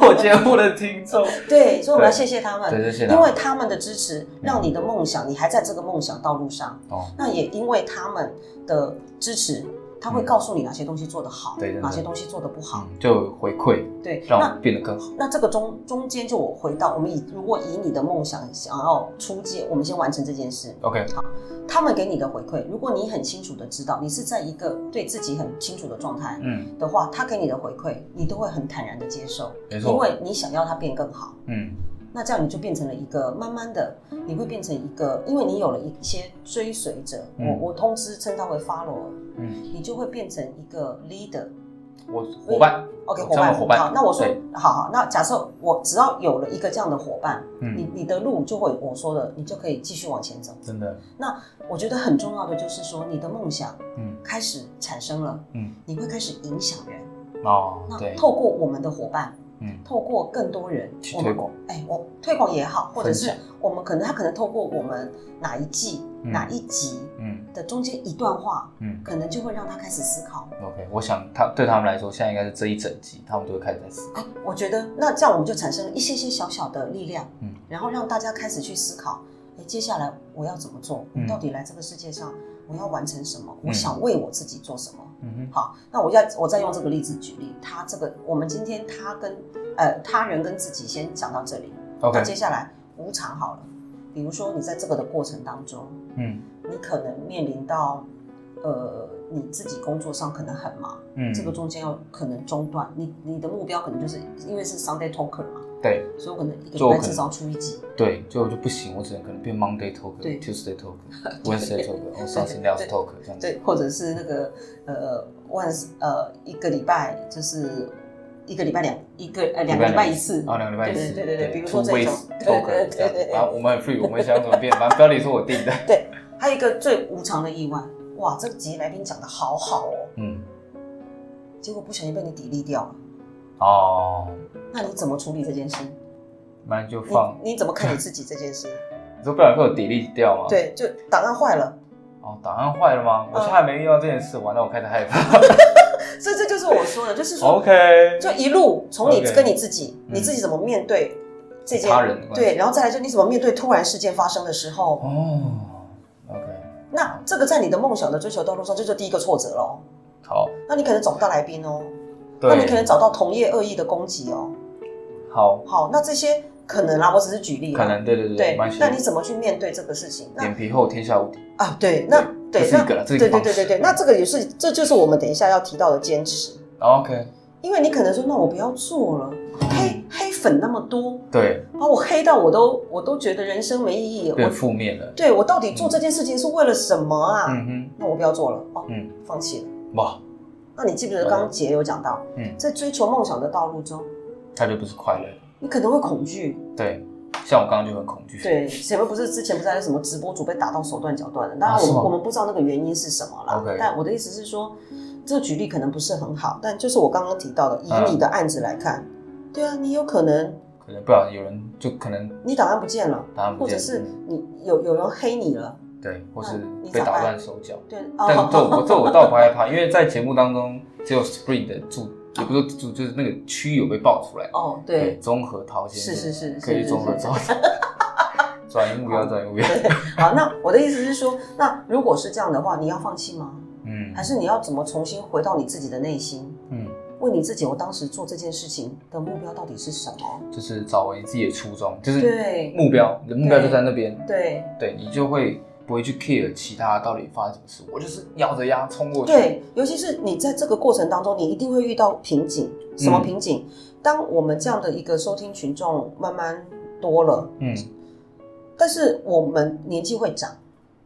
S1: 我节目的听 众，
S2: 对，所以我们
S1: 对
S2: 要谢谢他们，
S1: 对，谢谢大
S2: 因
S1: 家
S2: 为。他们的支持，让你的梦想，你还在这个梦想道路上。
S1: 哦，
S2: 那也因为他们的支持，他会
S1: 嗯
S2: 告诉你哪些东西做得好
S1: 对真，的
S2: 哪些东西做得不好。
S1: 嗯，就有回馈
S2: 对，
S1: 让我
S2: 那
S1: 们变得更好。
S2: 那这个中中间就我回到我们以如果以你的梦想想要出街，我们先完成这件事，
S1: OK，
S2: 他们给你的回馈，如果你很清楚的知道你是在一个对自己很清楚的状态
S1: 嗯
S2: 的话，他给你的回馈，你都会很坦然的接受，
S1: 没错
S2: 因为你想要他变更好。
S1: 嗯，
S2: 那这样你就变成了一个慢慢的，你会变成一个，因为你有了一些追随者，
S1: 嗯
S2: 我我通知称他为 follower，
S1: 嗯
S2: 你就会变成一个 leader。
S1: 我伙伴，
S2: OK，
S1: 我
S2: 伙
S1: 知道
S2: 伴，
S1: 伙伴
S2: 好，那我说
S1: 对，
S2: 好好，那假设我只要有了一个这样的伙伴，你
S1: 嗯，
S2: 你的路就会我说的，你就可以继续往前走。
S1: 真的，
S2: 我觉得很重要的就是说，你的梦想
S1: 嗯
S2: 开始产生了，
S1: 嗯，
S2: 你会开始影响人。
S1: 哦，
S2: 那
S1: 对，
S2: 透过我们的伙伴，
S1: 嗯，
S2: 透过更多人
S1: 去
S2: 我们
S1: 推广，
S2: 哎，我推广也好，或者是
S1: 分
S2: 我们可能他可能透过我们哪一季、
S1: 嗯
S2: 哪一集
S1: 嗯
S2: 的中间一段话，
S1: 嗯
S2: 可能就会让他开始思考。
S1: ，OK，我想他对他们来说，现在应该是这一整集，他们都会开始在思考。
S2: 哎，我觉得那这样我们就产生了一些些小小的力量，
S1: 嗯
S2: 然后让大家开始去思考，哎，接下来我要怎么做？
S1: 嗯
S2: 我到底来这个世界上，我要完成什么？
S1: 嗯
S2: 我想为我自己做什么？
S1: 嗯
S2: 好，那我要我再用这个例子举例，他这个我们今天他跟呃他人跟自己先讲到这里，
S1: 哼
S2: 那
S1: ，OK，
S2: 接下来无偿好了，比如说你在这个的过程当中，
S1: 嗯
S2: 你可能面临到，呃，你自己工作上可能很忙，
S1: 嗯，
S2: 这个中间要可能中断，你你的目标可能就是因为是 Sunday Talker 嘛，
S1: 对
S2: 所以我可能一个
S1: 就
S2: 礼拜
S1: 可能
S2: 至少出一集，
S1: 对，就就不行，我只能可能变 Monday talk，
S2: 对
S1: Tuesday talk，Wednesday 哦 talk，或 something else talk 这样子。
S2: 对，或者是那个呃，once 呃一个礼拜就是一个礼拜两一个呃两个礼拜一次，
S1: 啊，两个礼拜一次，
S2: 对对对对比如
S1: two
S2: 说这
S1: ways
S2: 种
S1: talk，
S2: 对对对
S1: 这样子
S2: 对对对
S1: 反正我们很 free，我们想怎么变，反正标题是我定的。
S2: 还有一个最无常的意外，哇，这集来宾讲的好好哦，
S1: 嗯，
S2: 结果不小心被你砥砺掉了，
S1: 哦，
S2: 那你怎么处理这件事？
S1: 那就放，
S2: 你你怎么看你自己这 件事？
S1: 你说不然被我 delete 掉吗？。
S2: 对，就档案坏了。
S1: 哦，档案坏了吗？我现
S2: 嗯
S1: 在还没遇到这件事，完了我开始害怕。
S2: 所以这就是我说的，就是说，
S1: OK，
S2: 就一路从你
S1: OK
S2: 跟你自己，
S1: 嗯
S2: 你自己怎么面对这件
S1: 他人的关系
S2: 对，然后再来就你怎么面对突然事件发生的时候，
S1: 哦，OK，
S2: 那这个在你的梦想的追求道路上，这就第一个挫折喽。
S1: 好，
S2: 那你可能找不到来宾哦，那你可能
S1: 对，
S2: 找到同业恶意的攻击哦。
S1: 好，
S2: 好，那这些可能啦，我只是举例啦，
S1: 可能对对
S2: 对
S1: 没关系。
S2: 那你怎么去面对这个事情？那
S1: 脸皮厚，天下无敌。
S2: 啊，对，那
S1: 这
S2: 对，
S1: 是
S2: 那
S1: 一个了这
S2: 对
S1: 是一个
S2: 对
S1: 方式
S2: 对对对，那这个也是，这就是我们等一下要提到的坚持。
S1: OK，
S2: 因为你可能说，那我不要做了，
S1: 嗯
S2: 黑黑粉那么多，
S1: 对，
S2: 把我黑到我都我都觉得人生没意义。
S1: 变
S2: 我
S1: 负面了。
S2: 对我到底做这件事情是为了什么啊？
S1: 嗯
S2: 那我不要做了，哦，
S1: 嗯
S2: 放弃了。
S1: 哼，哇，
S2: 那你记不记得刚刚姐有讲到，
S1: 嗯
S2: 在追求梦想的道路中，
S1: 他就不是快乐。
S2: 你可能会恐惧。
S1: 对，像我刚刚就很恐惧。，
S2: 对，前面不是之前不是还有什么直播主被打到手断脚断的？当然我
S1: 啊是
S2: 们、
S1: 吗
S2: 我们不知道那个原因是什么啦。
S1: OK
S2: 但我的意思是说，这个举例可能不是很好，但就是我刚刚提到的，以你的案子来看，对啊，你有可能
S1: 可能不然有人就可能
S2: 你档案不见了，
S1: 答案不
S2: 或
S1: 见
S2: 者
S1: 了
S2: 是你有有人黑你了，
S1: 对，或是
S2: 那你
S1: 被
S2: 咋
S1: 打
S2: 办
S1: 断手脚。
S2: 对，
S1: 但
S2: 哦，
S1: 这我这我倒不害怕，因为在节目当中只有 Spring 的住，也不是住，就是那个区有被爆出来。
S2: 哦，对，
S1: 综合淘先生
S2: 是是是
S1: 可以
S2: 是
S1: 综合
S2: 是
S1: 淘， 转移目标，转移目标。
S2: 好，那我的意思是说，那如果是这样的话，你要放弃吗？
S1: 嗯，
S2: 还是你要怎么重新回到你自己的内心，
S1: 嗯，
S2: 问你自己，我当时做这件事情的目标到底是什么？
S1: 就是找回自己的初衷，就是
S2: 对
S1: 目标，你的目标就在那边，
S2: 对
S1: 对你就会不会去 care 其他到底发生什么事，我就是咬着牙冲过去。
S2: 对，尤其是你在这个过程当中，你一定会遇到瓶颈。什么
S1: 嗯
S2: 瓶颈？当我们这样的一个收听群众慢慢多了，
S1: 嗯
S2: 但是我们年纪会长，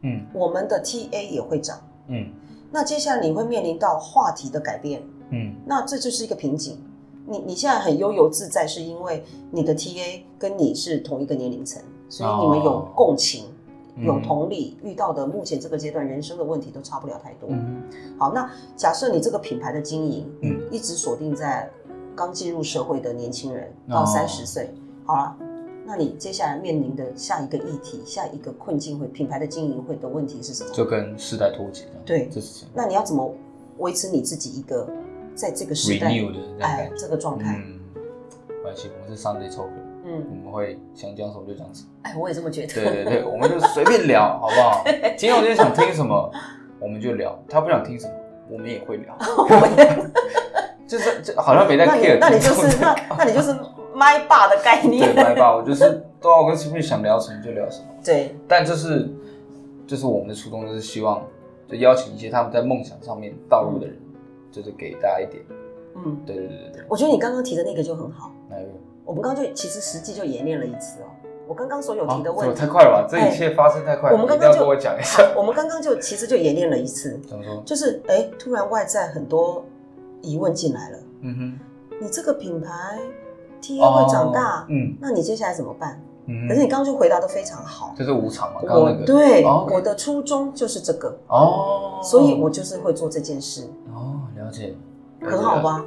S1: 嗯
S2: 我们的 TA 也会长。
S1: 嗯
S2: 那接下来你会面临到话题的改变，
S1: 嗯，
S2: 那这就是一个瓶颈。你你现在很悠游自在，是因为你的 TA 跟你是同一个年龄层，所以你们有
S1: 哦
S2: 共情、
S1: 嗯
S2: 有同理，遇到的目前这个阶段人生的问题都差不了太多。
S1: 嗯
S2: 好，那假设你这个品牌的经营，
S1: 嗯
S2: 一直锁定在刚进入社会的年轻人
S1: 哦
S2: 到三十岁，好了，那你接下来面临的下一个议题、下一个困境会品牌的经营会的问题是什么？
S1: 就跟世代脱节这样。
S2: 对
S1: 这是
S2: 那你要怎么维持你自己一个在这个时代
S1: renew 的那种
S2: 哎
S1: 感觉。
S2: 这个状态？
S1: 嗯，没关系，我们是 Sunday Talker，我
S2: 嗯，
S1: 们会想讲什么就讲什么。
S2: 哎，我也这么觉得。
S1: 对 对对，我们就随便聊，好不好？今天我今天想听什么，我们就聊；他不想听什么，我们也会聊。就是就好像没在
S2: 那
S1: care
S2: 你那你就
S1: 听
S2: 是
S1: 众
S2: 那那 你就是麦霸的概
S1: 对
S2: 念。
S1: 拜吧，我就是对啊，我跟 s p r 想聊什么就聊什么。
S2: 对
S1: 但就是就是我们的初衷就是希望就邀请一些他们在梦想上面道路的人，就是给大家一点。
S2: 嗯，
S1: 对对对对对，
S2: 我觉得你刚刚提的那个就很好。
S1: 那个
S2: 我们刚刚就其实实际就演练了一次哦。我刚刚所有提的
S1: 啊
S2: 问题，哎
S1: 太快了吧？这一切发生太快了，
S2: 我们
S1: 你一
S2: 刚
S1: 定
S2: 刚
S1: 要
S2: 就
S1: 跟我讲一下。
S2: 我们刚刚就其实就演练了一次，
S1: 怎么说？
S2: 就是哎，突然外在很多疑问进来了，
S1: 嗯
S2: 你这个品牌 T
S1: 哼，
S2: A 会长大
S1: 哦，嗯
S2: 那你接下来怎么办？
S1: 嗯
S2: 可是你刚刚就回答的非常好。
S1: 就是无常嘛，刚刚
S2: 我
S1: 那个
S2: 对
S1: 哦，OK
S2: 我的初衷就是这个，
S1: 哦，
S2: 所以我就是会做这件事，
S1: 哦了解，了解
S2: 很好？吧？
S1: 哦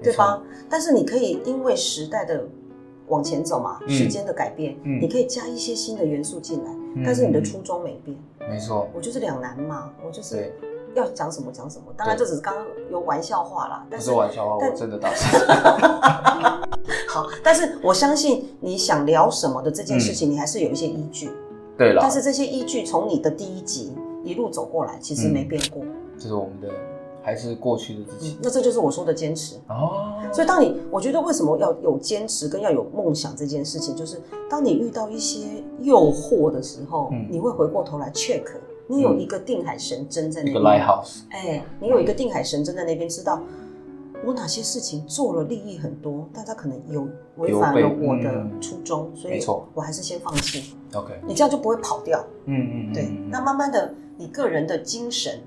S1: 没错
S2: 对吧？？但是你可以因为时代的往前走嘛，
S1: 嗯
S2: 时间的改变，
S1: 嗯
S2: 你可以加一些新的元素进来，但是你的初衷没变。
S1: 没错，
S2: 我就是两难嘛，我就是
S1: 对，
S2: 要讲什么讲什么。当然这只是刚刚有玩笑话啦，
S1: 不
S2: 但
S1: 是
S2: 是
S1: 玩笑话，
S2: 但
S1: 我真的打算。
S2: 好，但是我相信你想聊什么的这件事情，你还是有一些依据。
S1: 嗯对啊了
S2: 但，是这些依据从你的第一集一路走过来，其实
S1: 嗯
S2: 没变过。
S1: 就是我们的还是过去的自
S2: 嗯
S1: 己
S2: 那这就是我说的坚持。
S1: 哦，
S2: 嗯所以，当你我觉得为什么要有坚持跟要有梦想这件事情，就是当你遇到一些诱惑的时候，
S1: 嗯
S2: 你会回过头来 check，你有一个定海神针在那
S1: 一个
S2: 边，
S1: lighthouse，
S2: 哎，你有一个定海神针在那边，知道我哪些事情做了利益很多，但它可能有违反了
S1: 有被
S2: 我的
S1: 嗯
S2: 初衷，所以
S1: 没错
S2: 我还是先放弃。
S1: OK，
S2: 你这样就不会跑掉，
S1: 嗯嗯，
S2: 对。
S1: 嗯
S2: 那慢慢的，你个人的精神、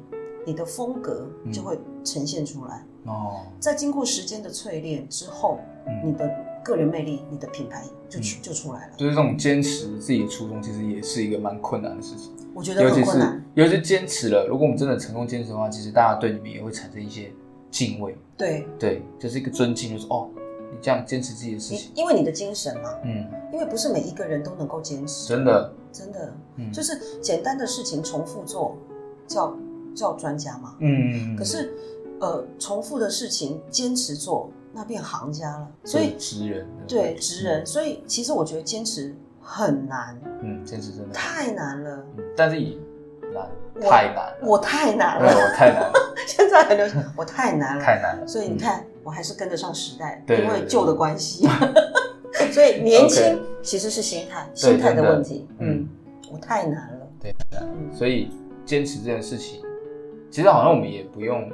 S2: 你的风格
S1: 嗯
S2: 就会呈现出来。
S1: 哦，
S2: 在经过时间的淬炼之后，你
S1: 嗯，
S2: 的个人魅力、你的品牌就出
S1: 嗯
S2: 就出来了。
S1: 就是这种坚持自己的初衷，其实也是一个蛮困难的事情，
S2: 我觉得
S1: 尤
S2: 很
S1: 其
S2: 困
S1: 是
S2: 难，
S1: 尤其是坚持了，如果我们真的成功坚持的话，其实大家对你们也会产生一些敬畏，
S2: 对，
S1: 对，就是一个尊敬，就是哦，你这样坚持自己的事
S2: 你
S1: 情，
S2: 因为你的精神嘛，
S1: 嗯，
S2: 因为不是每一个人都能够坚持，
S1: 真的，
S2: 真的
S1: 嗯，
S2: 就是简单的事情重复做，叫叫专家嘛。
S1: 嗯，
S2: 可是，呃，重复的事情坚持做，那变行家了。
S1: 就
S2: 所
S1: 是
S2: 以，
S1: 职人，
S2: 对职人，所以其实我觉得坚持很难，
S1: 嗯，坚持真的，
S2: 太难了，
S1: 嗯但是也难，
S2: 我
S1: 太难了，
S2: 我太难
S1: 对
S2: 了。
S1: 我太难了，
S2: 现在很流行，我太难了，
S1: 嗯太难了， 嗯
S2: 所以你看，我还是跟得上时代，
S1: 对
S2: 因为旧的关系。 所以年轻其实是心态，心态的问题。
S1: 真的嗯
S2: 嗯，我太难了。
S1: 对
S2: 嗯
S1: 所以坚持这件事情，其实好像我们也不用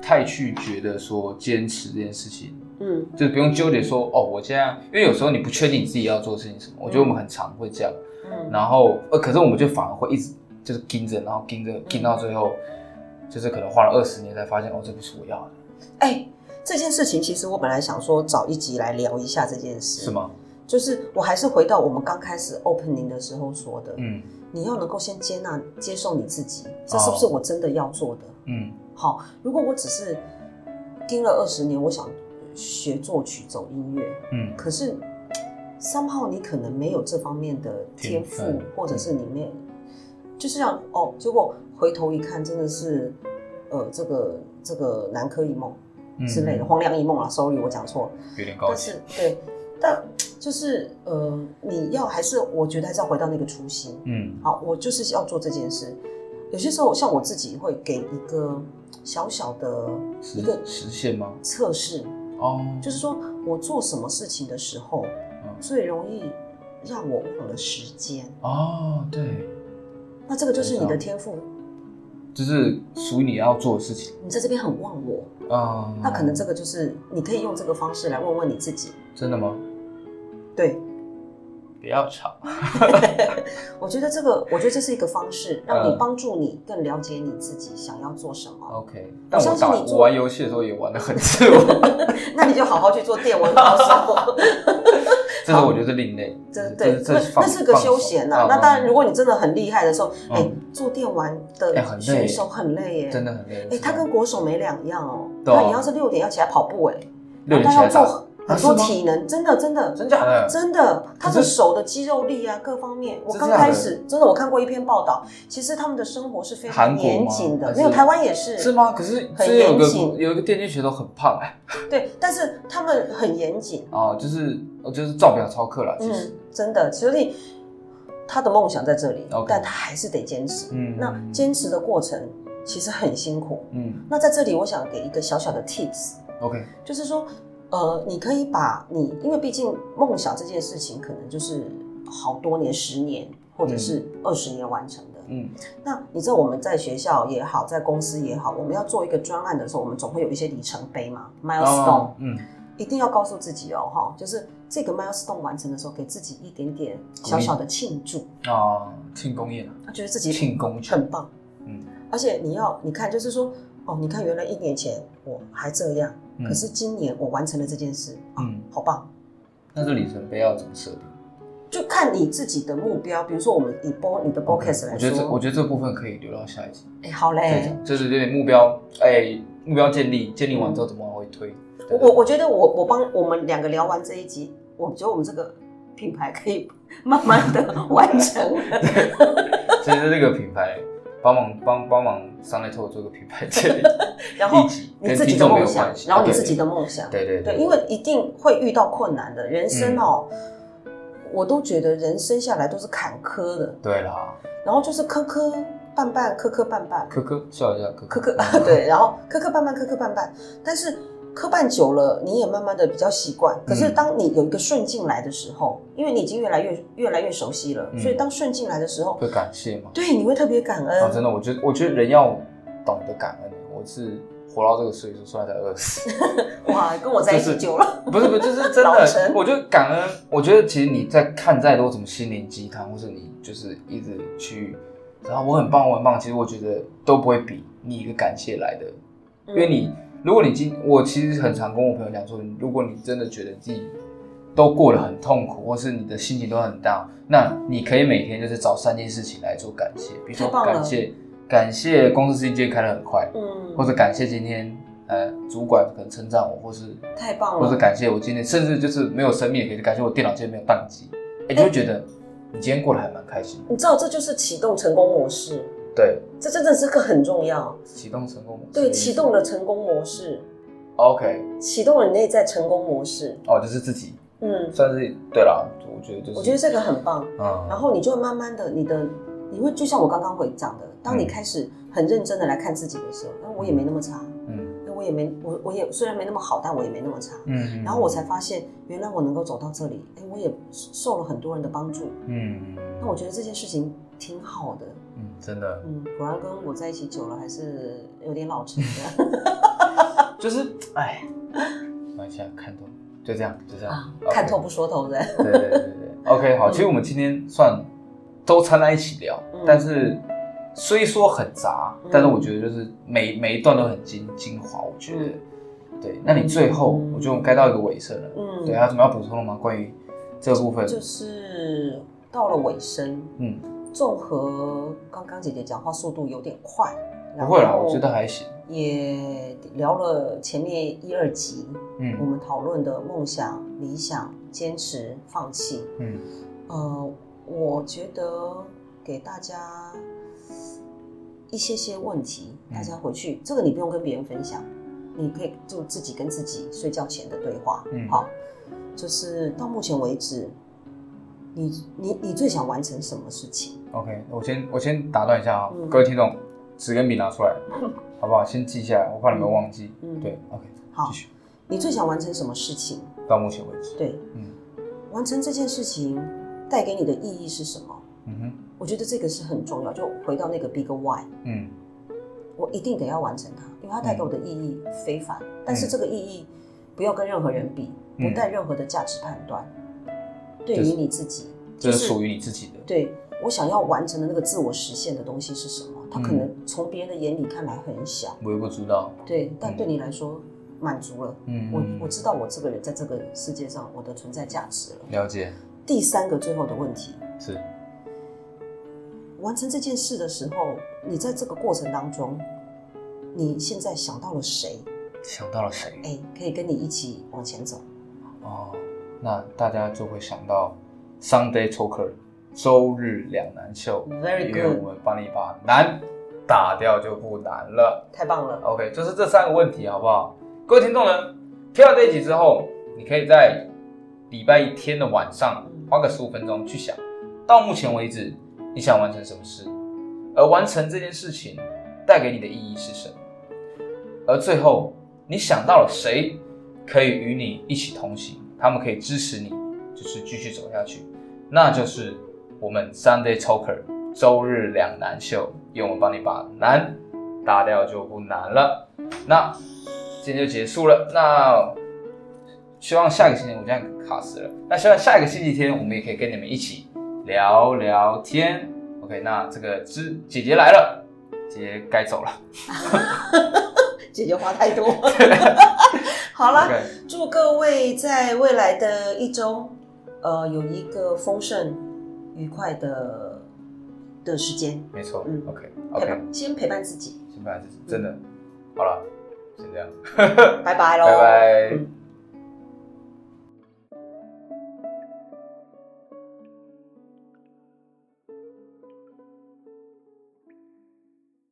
S1: 太去觉得说坚持这件事情，
S2: 嗯
S1: 就不用纠结说哦，我现在，因为有时候你不确定你自己要做的事情是什么，我觉得我们很常会这样，
S2: 嗯，
S1: 然后呃，可是我们就反而会一直就是盯着，然后盯着盯到最后，就是可能花了二十年才发现哦，这不是我要的，
S2: 哎，这件事情其实我本来想说找一集来聊一下这件事，
S1: 是？吗？
S2: 就是我还是回到我们刚开始 opening 的时候说的，
S1: 嗯哦
S2: 你要能够先接纳、接受你自己，这是不是我真的要做的？
S1: 嗯
S2: 好，如果我只是盯了二十年，我想学作曲、走音乐，
S1: 嗯，
S2: 可是三号你可能没有这方面的天赋
S1: 天分，嗯
S2: 或者是你没有，就是让哦，结果回头一看，真的是呃，这个这个南柯一梦
S1: 嗯
S2: 之类的，荒凉一梦啦，sorry，我啊讲错了，
S1: 有点高
S2: 但
S1: 级，
S2: 是对，但就是呃，你要还是我觉得还是要回到那个初心，
S1: 嗯
S2: 好，我就是要做这件事。有些时候，像我自己会给一个小小的
S1: 实
S2: 一个
S1: 实现吗？
S2: 测试，
S1: 哦，
S2: 就是说我做什么事情的时候，
S1: 嗯
S2: 最容易让我忘了时间。
S1: 哦，对，
S2: 那这个就是你
S1: 没错
S2: 的天赋，
S1: 就是属于你要做的事情，
S2: 你在这边很忘我。
S1: 嗯，
S2: 那可能这个就是你可以用这个方式来问问你自己。
S1: 真的吗？
S2: 对，
S1: 不要吵，
S2: 我觉得这个，我觉得这是一个方式，让你
S1: 嗯哦
S2: 帮助你更了解你自己想要做什么。
S1: OK，但
S2: 相
S1: 我
S2: 信
S1: 打
S2: 你
S1: 我
S2: 做
S1: 玩游戏的时候也玩的很自 我，
S2: 那你就好好去做电文 高手。
S1: 这是我觉得是另类，
S2: 这
S1: 是
S2: 对，
S1: 这
S2: 那
S1: 是放
S2: 那是个休闲呐、
S1: 放松
S2: 那当然，
S1: 嗯
S2: 如果你真的很厉害的时候，
S1: 嗯
S2: 哎、做电玩
S1: 哎
S2: 的
S1: 很累
S2: 选手很累耶，
S1: 真的。很累。
S2: 哎、他跟国手没两样哦。
S1: 对啊
S2: 那你要是六点要起来跑步，哎，
S1: 六点
S2: 那
S1: 起来
S2: 要
S1: 打啊
S2: 做很
S3: 是吗
S2: 多体能，真的真的
S1: 真假的
S2: 真的，他
S1: 可
S2: 的
S1: 是
S2: 手的肌肉力啊，各方面，我
S1: 真
S2: 刚
S1: 假的
S2: 开始真的我看过一篇报道，其实他们的生活是非
S1: 韩
S2: 常
S1: 国吗
S2: 严谨
S1: 还
S2: 的，
S1: 是
S2: 没有台湾也是
S1: 是吗？可是
S2: 很
S1: 之前有个
S2: 严谨
S1: 有一个电竞选手很胖哎、
S2: 对，但是他们很严谨，
S1: 哦，就是哦就是照表操课啦，其实
S2: 嗯，真的，所以他的梦想在这里
S1: OK
S2: 但他还是得坚持。
S1: 嗯
S2: 那坚持的过程其实很辛苦。
S1: 嗯
S2: 那在这里，我想给一个小小的 tips，
S1: OK
S2: 就是说，呃，你可以把你，因为毕竟梦想这件事情，可能就是好多年、十年或者是二十年完成的。
S1: 嗯
S2: 那你知道我们在学校也好，在公司也好，我们要做一个专案的时候，我们总会有一些里程碑嘛，milestone、
S1: 哦嗯
S2: 一定要告诉自己哦，哈，就是这个 milestone 完成的时候，给自己一点点小小的庆祝，
S1: 哦庆功宴
S2: 觉得自己
S1: 庆功宴
S2: 很棒，
S1: 嗯
S2: 嗯，而且你要你看，就是说，哦，你看原来一年前我还这样，
S1: 嗯
S2: 可是今年我完成了这件事，啊、
S1: 嗯
S2: 好棒。
S1: 那这里程碑要怎么设定？
S2: 就看你自己的目标，比如说我们以播你的 podcast
S1: 我
S2: 来
S1: 觉
S2: 说，
S1: 得这我觉得这部分可以留到下一集
S2: 哎、好
S1: 再
S2: 嘞，
S1: 讲，就是有点目标哎目标建立，建立完之后怎么往回推？
S2: 我我我觉得我我帮我们两个聊完这一集，我觉得我们这个品牌可以慢慢的完 成了。
S1: 其实这个品牌帮忙帮帮忙商业透做个品牌建立，
S2: 然后
S1: 一集
S2: 你
S1: 跟
S2: 自己
S1: 听
S2: 的
S1: 众没
S2: 梦
S1: 有
S2: 想
S1: 关，系，
S2: 然后你
S1: 对
S2: 自己的梦想，
S1: 对对嗯
S2: 对，因为一定会遇到困难的。人生哦，我都觉得人生下来都是坎坷的，
S1: 对啦，
S2: 然后就是磕磕绊绊，磕磕绊绊，
S1: 科科笑一下科嗯
S2: 磕磕 对，然后磕磕绊绊，磕磕绊绊，但是。磕绊久了，你也慢慢的比较习惯。可
S1: 嗯
S2: 是当你有一个顺境来的时候，因为你已经越来越越来越熟悉了，
S1: 嗯
S2: 所以当顺境来的时候，
S1: 会感谢吗？
S2: 对，你会特别感恩。
S1: 啊，真的，我觉得我觉得人要懂得感恩。我是活到这个岁数，虽然才二十，
S2: 哇，跟我在一
S1: 就
S2: 起
S1: 是
S2: 久了，
S1: 不是不是，就是真
S2: 老
S1: 的
S2: 成。
S1: 我觉得感恩，我觉得其实你在看再多什么心灵鸡汤，或是你就是一直去，然后我很棒，我很棒，其实我觉得都不会比你一个感谢来的 因为
S2: 嗯
S1: 你，如果你今，我其实很常跟我朋友讲说，如果你真的觉得自己都过得很痛苦，或是你的心情都很 down，那你可以每天就是找三件事情来做感谢，比如说
S2: 太棒了
S1: 感谢感谢公司今天开得很快，
S2: 嗯，
S1: 或者感谢今天呃主管可能称赞我，或是
S2: 太棒
S1: 或者
S2: 了，
S1: 感谢我今天甚至就是没有生命也可以感谢我电脑今天没有宕机，哎、你会觉得你今天过得还蛮开心的。
S2: 你知道这就是启动成功模式，
S1: 对，
S2: 这真的是个很重要。
S1: 启动成功模式。
S2: 对，启动了成功模式，
S1: OK，
S2: 启动了你内在成功模式。
S1: 哦，就是自己
S2: 嗯，
S1: 算是对了，我觉得就是
S2: 我觉得这个很棒。
S1: 嗯
S2: 然后你就会慢慢的，你的你会就像我刚刚回讲的，当你
S1: 嗯
S2: 开始很认真的来看自己的时候，那哎我也没那么差，
S1: 嗯
S2: 那我也没我我也虽然没那么好，但我也没那么差。
S1: 嗯，
S2: 然后我才发现，原来我能够走到这里，哎，我也受了很多人的帮助。
S1: 嗯，
S2: 那我觉得这件事情挺好的。
S1: 嗯真的
S2: 嗯，果然跟我在一起久了还是有点老 成的。嗯
S1: 就是哎， 往下看透，就这样就这样，
S2: 啊看透不说透的。
S1: 对对对对 对，OK 好，
S2: 嗯
S1: 其实我们今天算都掺在一起聊，
S2: 嗯
S1: 但是虽说很杂
S2: 嗯，
S1: 但是我觉得就是每每一段都很精精华，我觉得。对，那你最后，
S2: 嗯
S1: 我觉得我们该到一个尾声了。
S2: 嗯，
S1: 对，还有什么要补充的吗？关于这个部分，
S2: 就是到了尾声，
S1: 嗯，
S2: 综合刚刚姐姐讲话速度有点快，
S1: 不会啦，我觉得还行。
S2: 也聊了前面一二集，我
S1: 嗯
S2: 们讨论的梦想、理想、坚持、放弃。
S1: 嗯，
S2: 呃，我觉得给大家一些些问题，
S1: 嗯
S2: 大家回去，这个你不用跟别人分享，你可以就自己跟自己睡觉前的对话。
S1: 嗯
S2: 好，就是到目前为止，你你你最想完成什么事情？
S1: OK，我先我先打断一下啊、
S2: 嗯
S1: 各位听众，纸跟笔拿 出来，好不好？先记下来，我怕你们忘记。
S2: 嗯
S1: 对，OK，
S2: 好
S1: 继续。
S2: 你最想完成什么事情？
S1: 到目前为止，
S2: 对，
S1: 嗯
S2: 完成这件事情带给你的意义是什么？
S1: 嗯哼，
S2: 我觉得这个是很重要。就回到那个 big why，
S1: 嗯
S2: 我一定得要完成它，因为它带给我的意义非凡。但是这个意义不要跟任何人比，
S1: 嗯
S2: 不带任何的价值判断。对
S1: 就
S2: 于
S1: 是
S2: 你自己，
S1: 这是属于你自己的。
S2: 对我想要完成的那个自我实现的东西是什么？它
S1: 嗯
S2: 可能从别人的眼里看来很小，
S1: 我也不知道，
S2: 对，但
S1: 嗯
S2: 对你来说满足了。
S1: 嗯，
S2: 我我知道我这个人在这个世界上我的存在价值了。
S1: 了解，
S2: 第三个最后的问题，
S1: 是，
S2: 完成这件事的时候，你在这个过程当中，你现在想到了谁？
S1: 想到了谁？
S2: 哎，可以跟你一起往前走。
S1: 哦，那大家就会想到 Sunday Choker 周日两难秀
S2: Very
S1: 因为
S2: good
S1: 我们帮你把难打掉就不难了。
S2: 太棒了，
S1: OK，就是这三个问题，好不好？各位听众呢，听到这一集之后，你可以在礼拜一天的晚上花个十五分钟去想，到目前为止你想完成什么事，而完成这件事情带给你的意义是什么？而最后你想到了谁可以与你一起同行，他们可以支持你，就是继续走下去，那就是我们 Sunday Talker 周日两难秀，用我帮你把难打掉就不难了。那今天就结束了，那希望下个星期我这样卡死了，那希望下一个星期天我们也可以跟你们一起聊聊天。OK，那这个之姐姐来了，姐姐该走了。
S2: 姐姐话太多。 好了
S1: OK
S2: 祝各位在未来的一周，呃，有一个丰盛、愉快的的时间，
S1: 没错
S2: 嗯
S1: ，OK OK，
S2: 陪伴先陪伴自己，
S1: 新版是真的，好了，先这样。
S2: 拜拜喽，
S1: 拜拜
S2: 嗯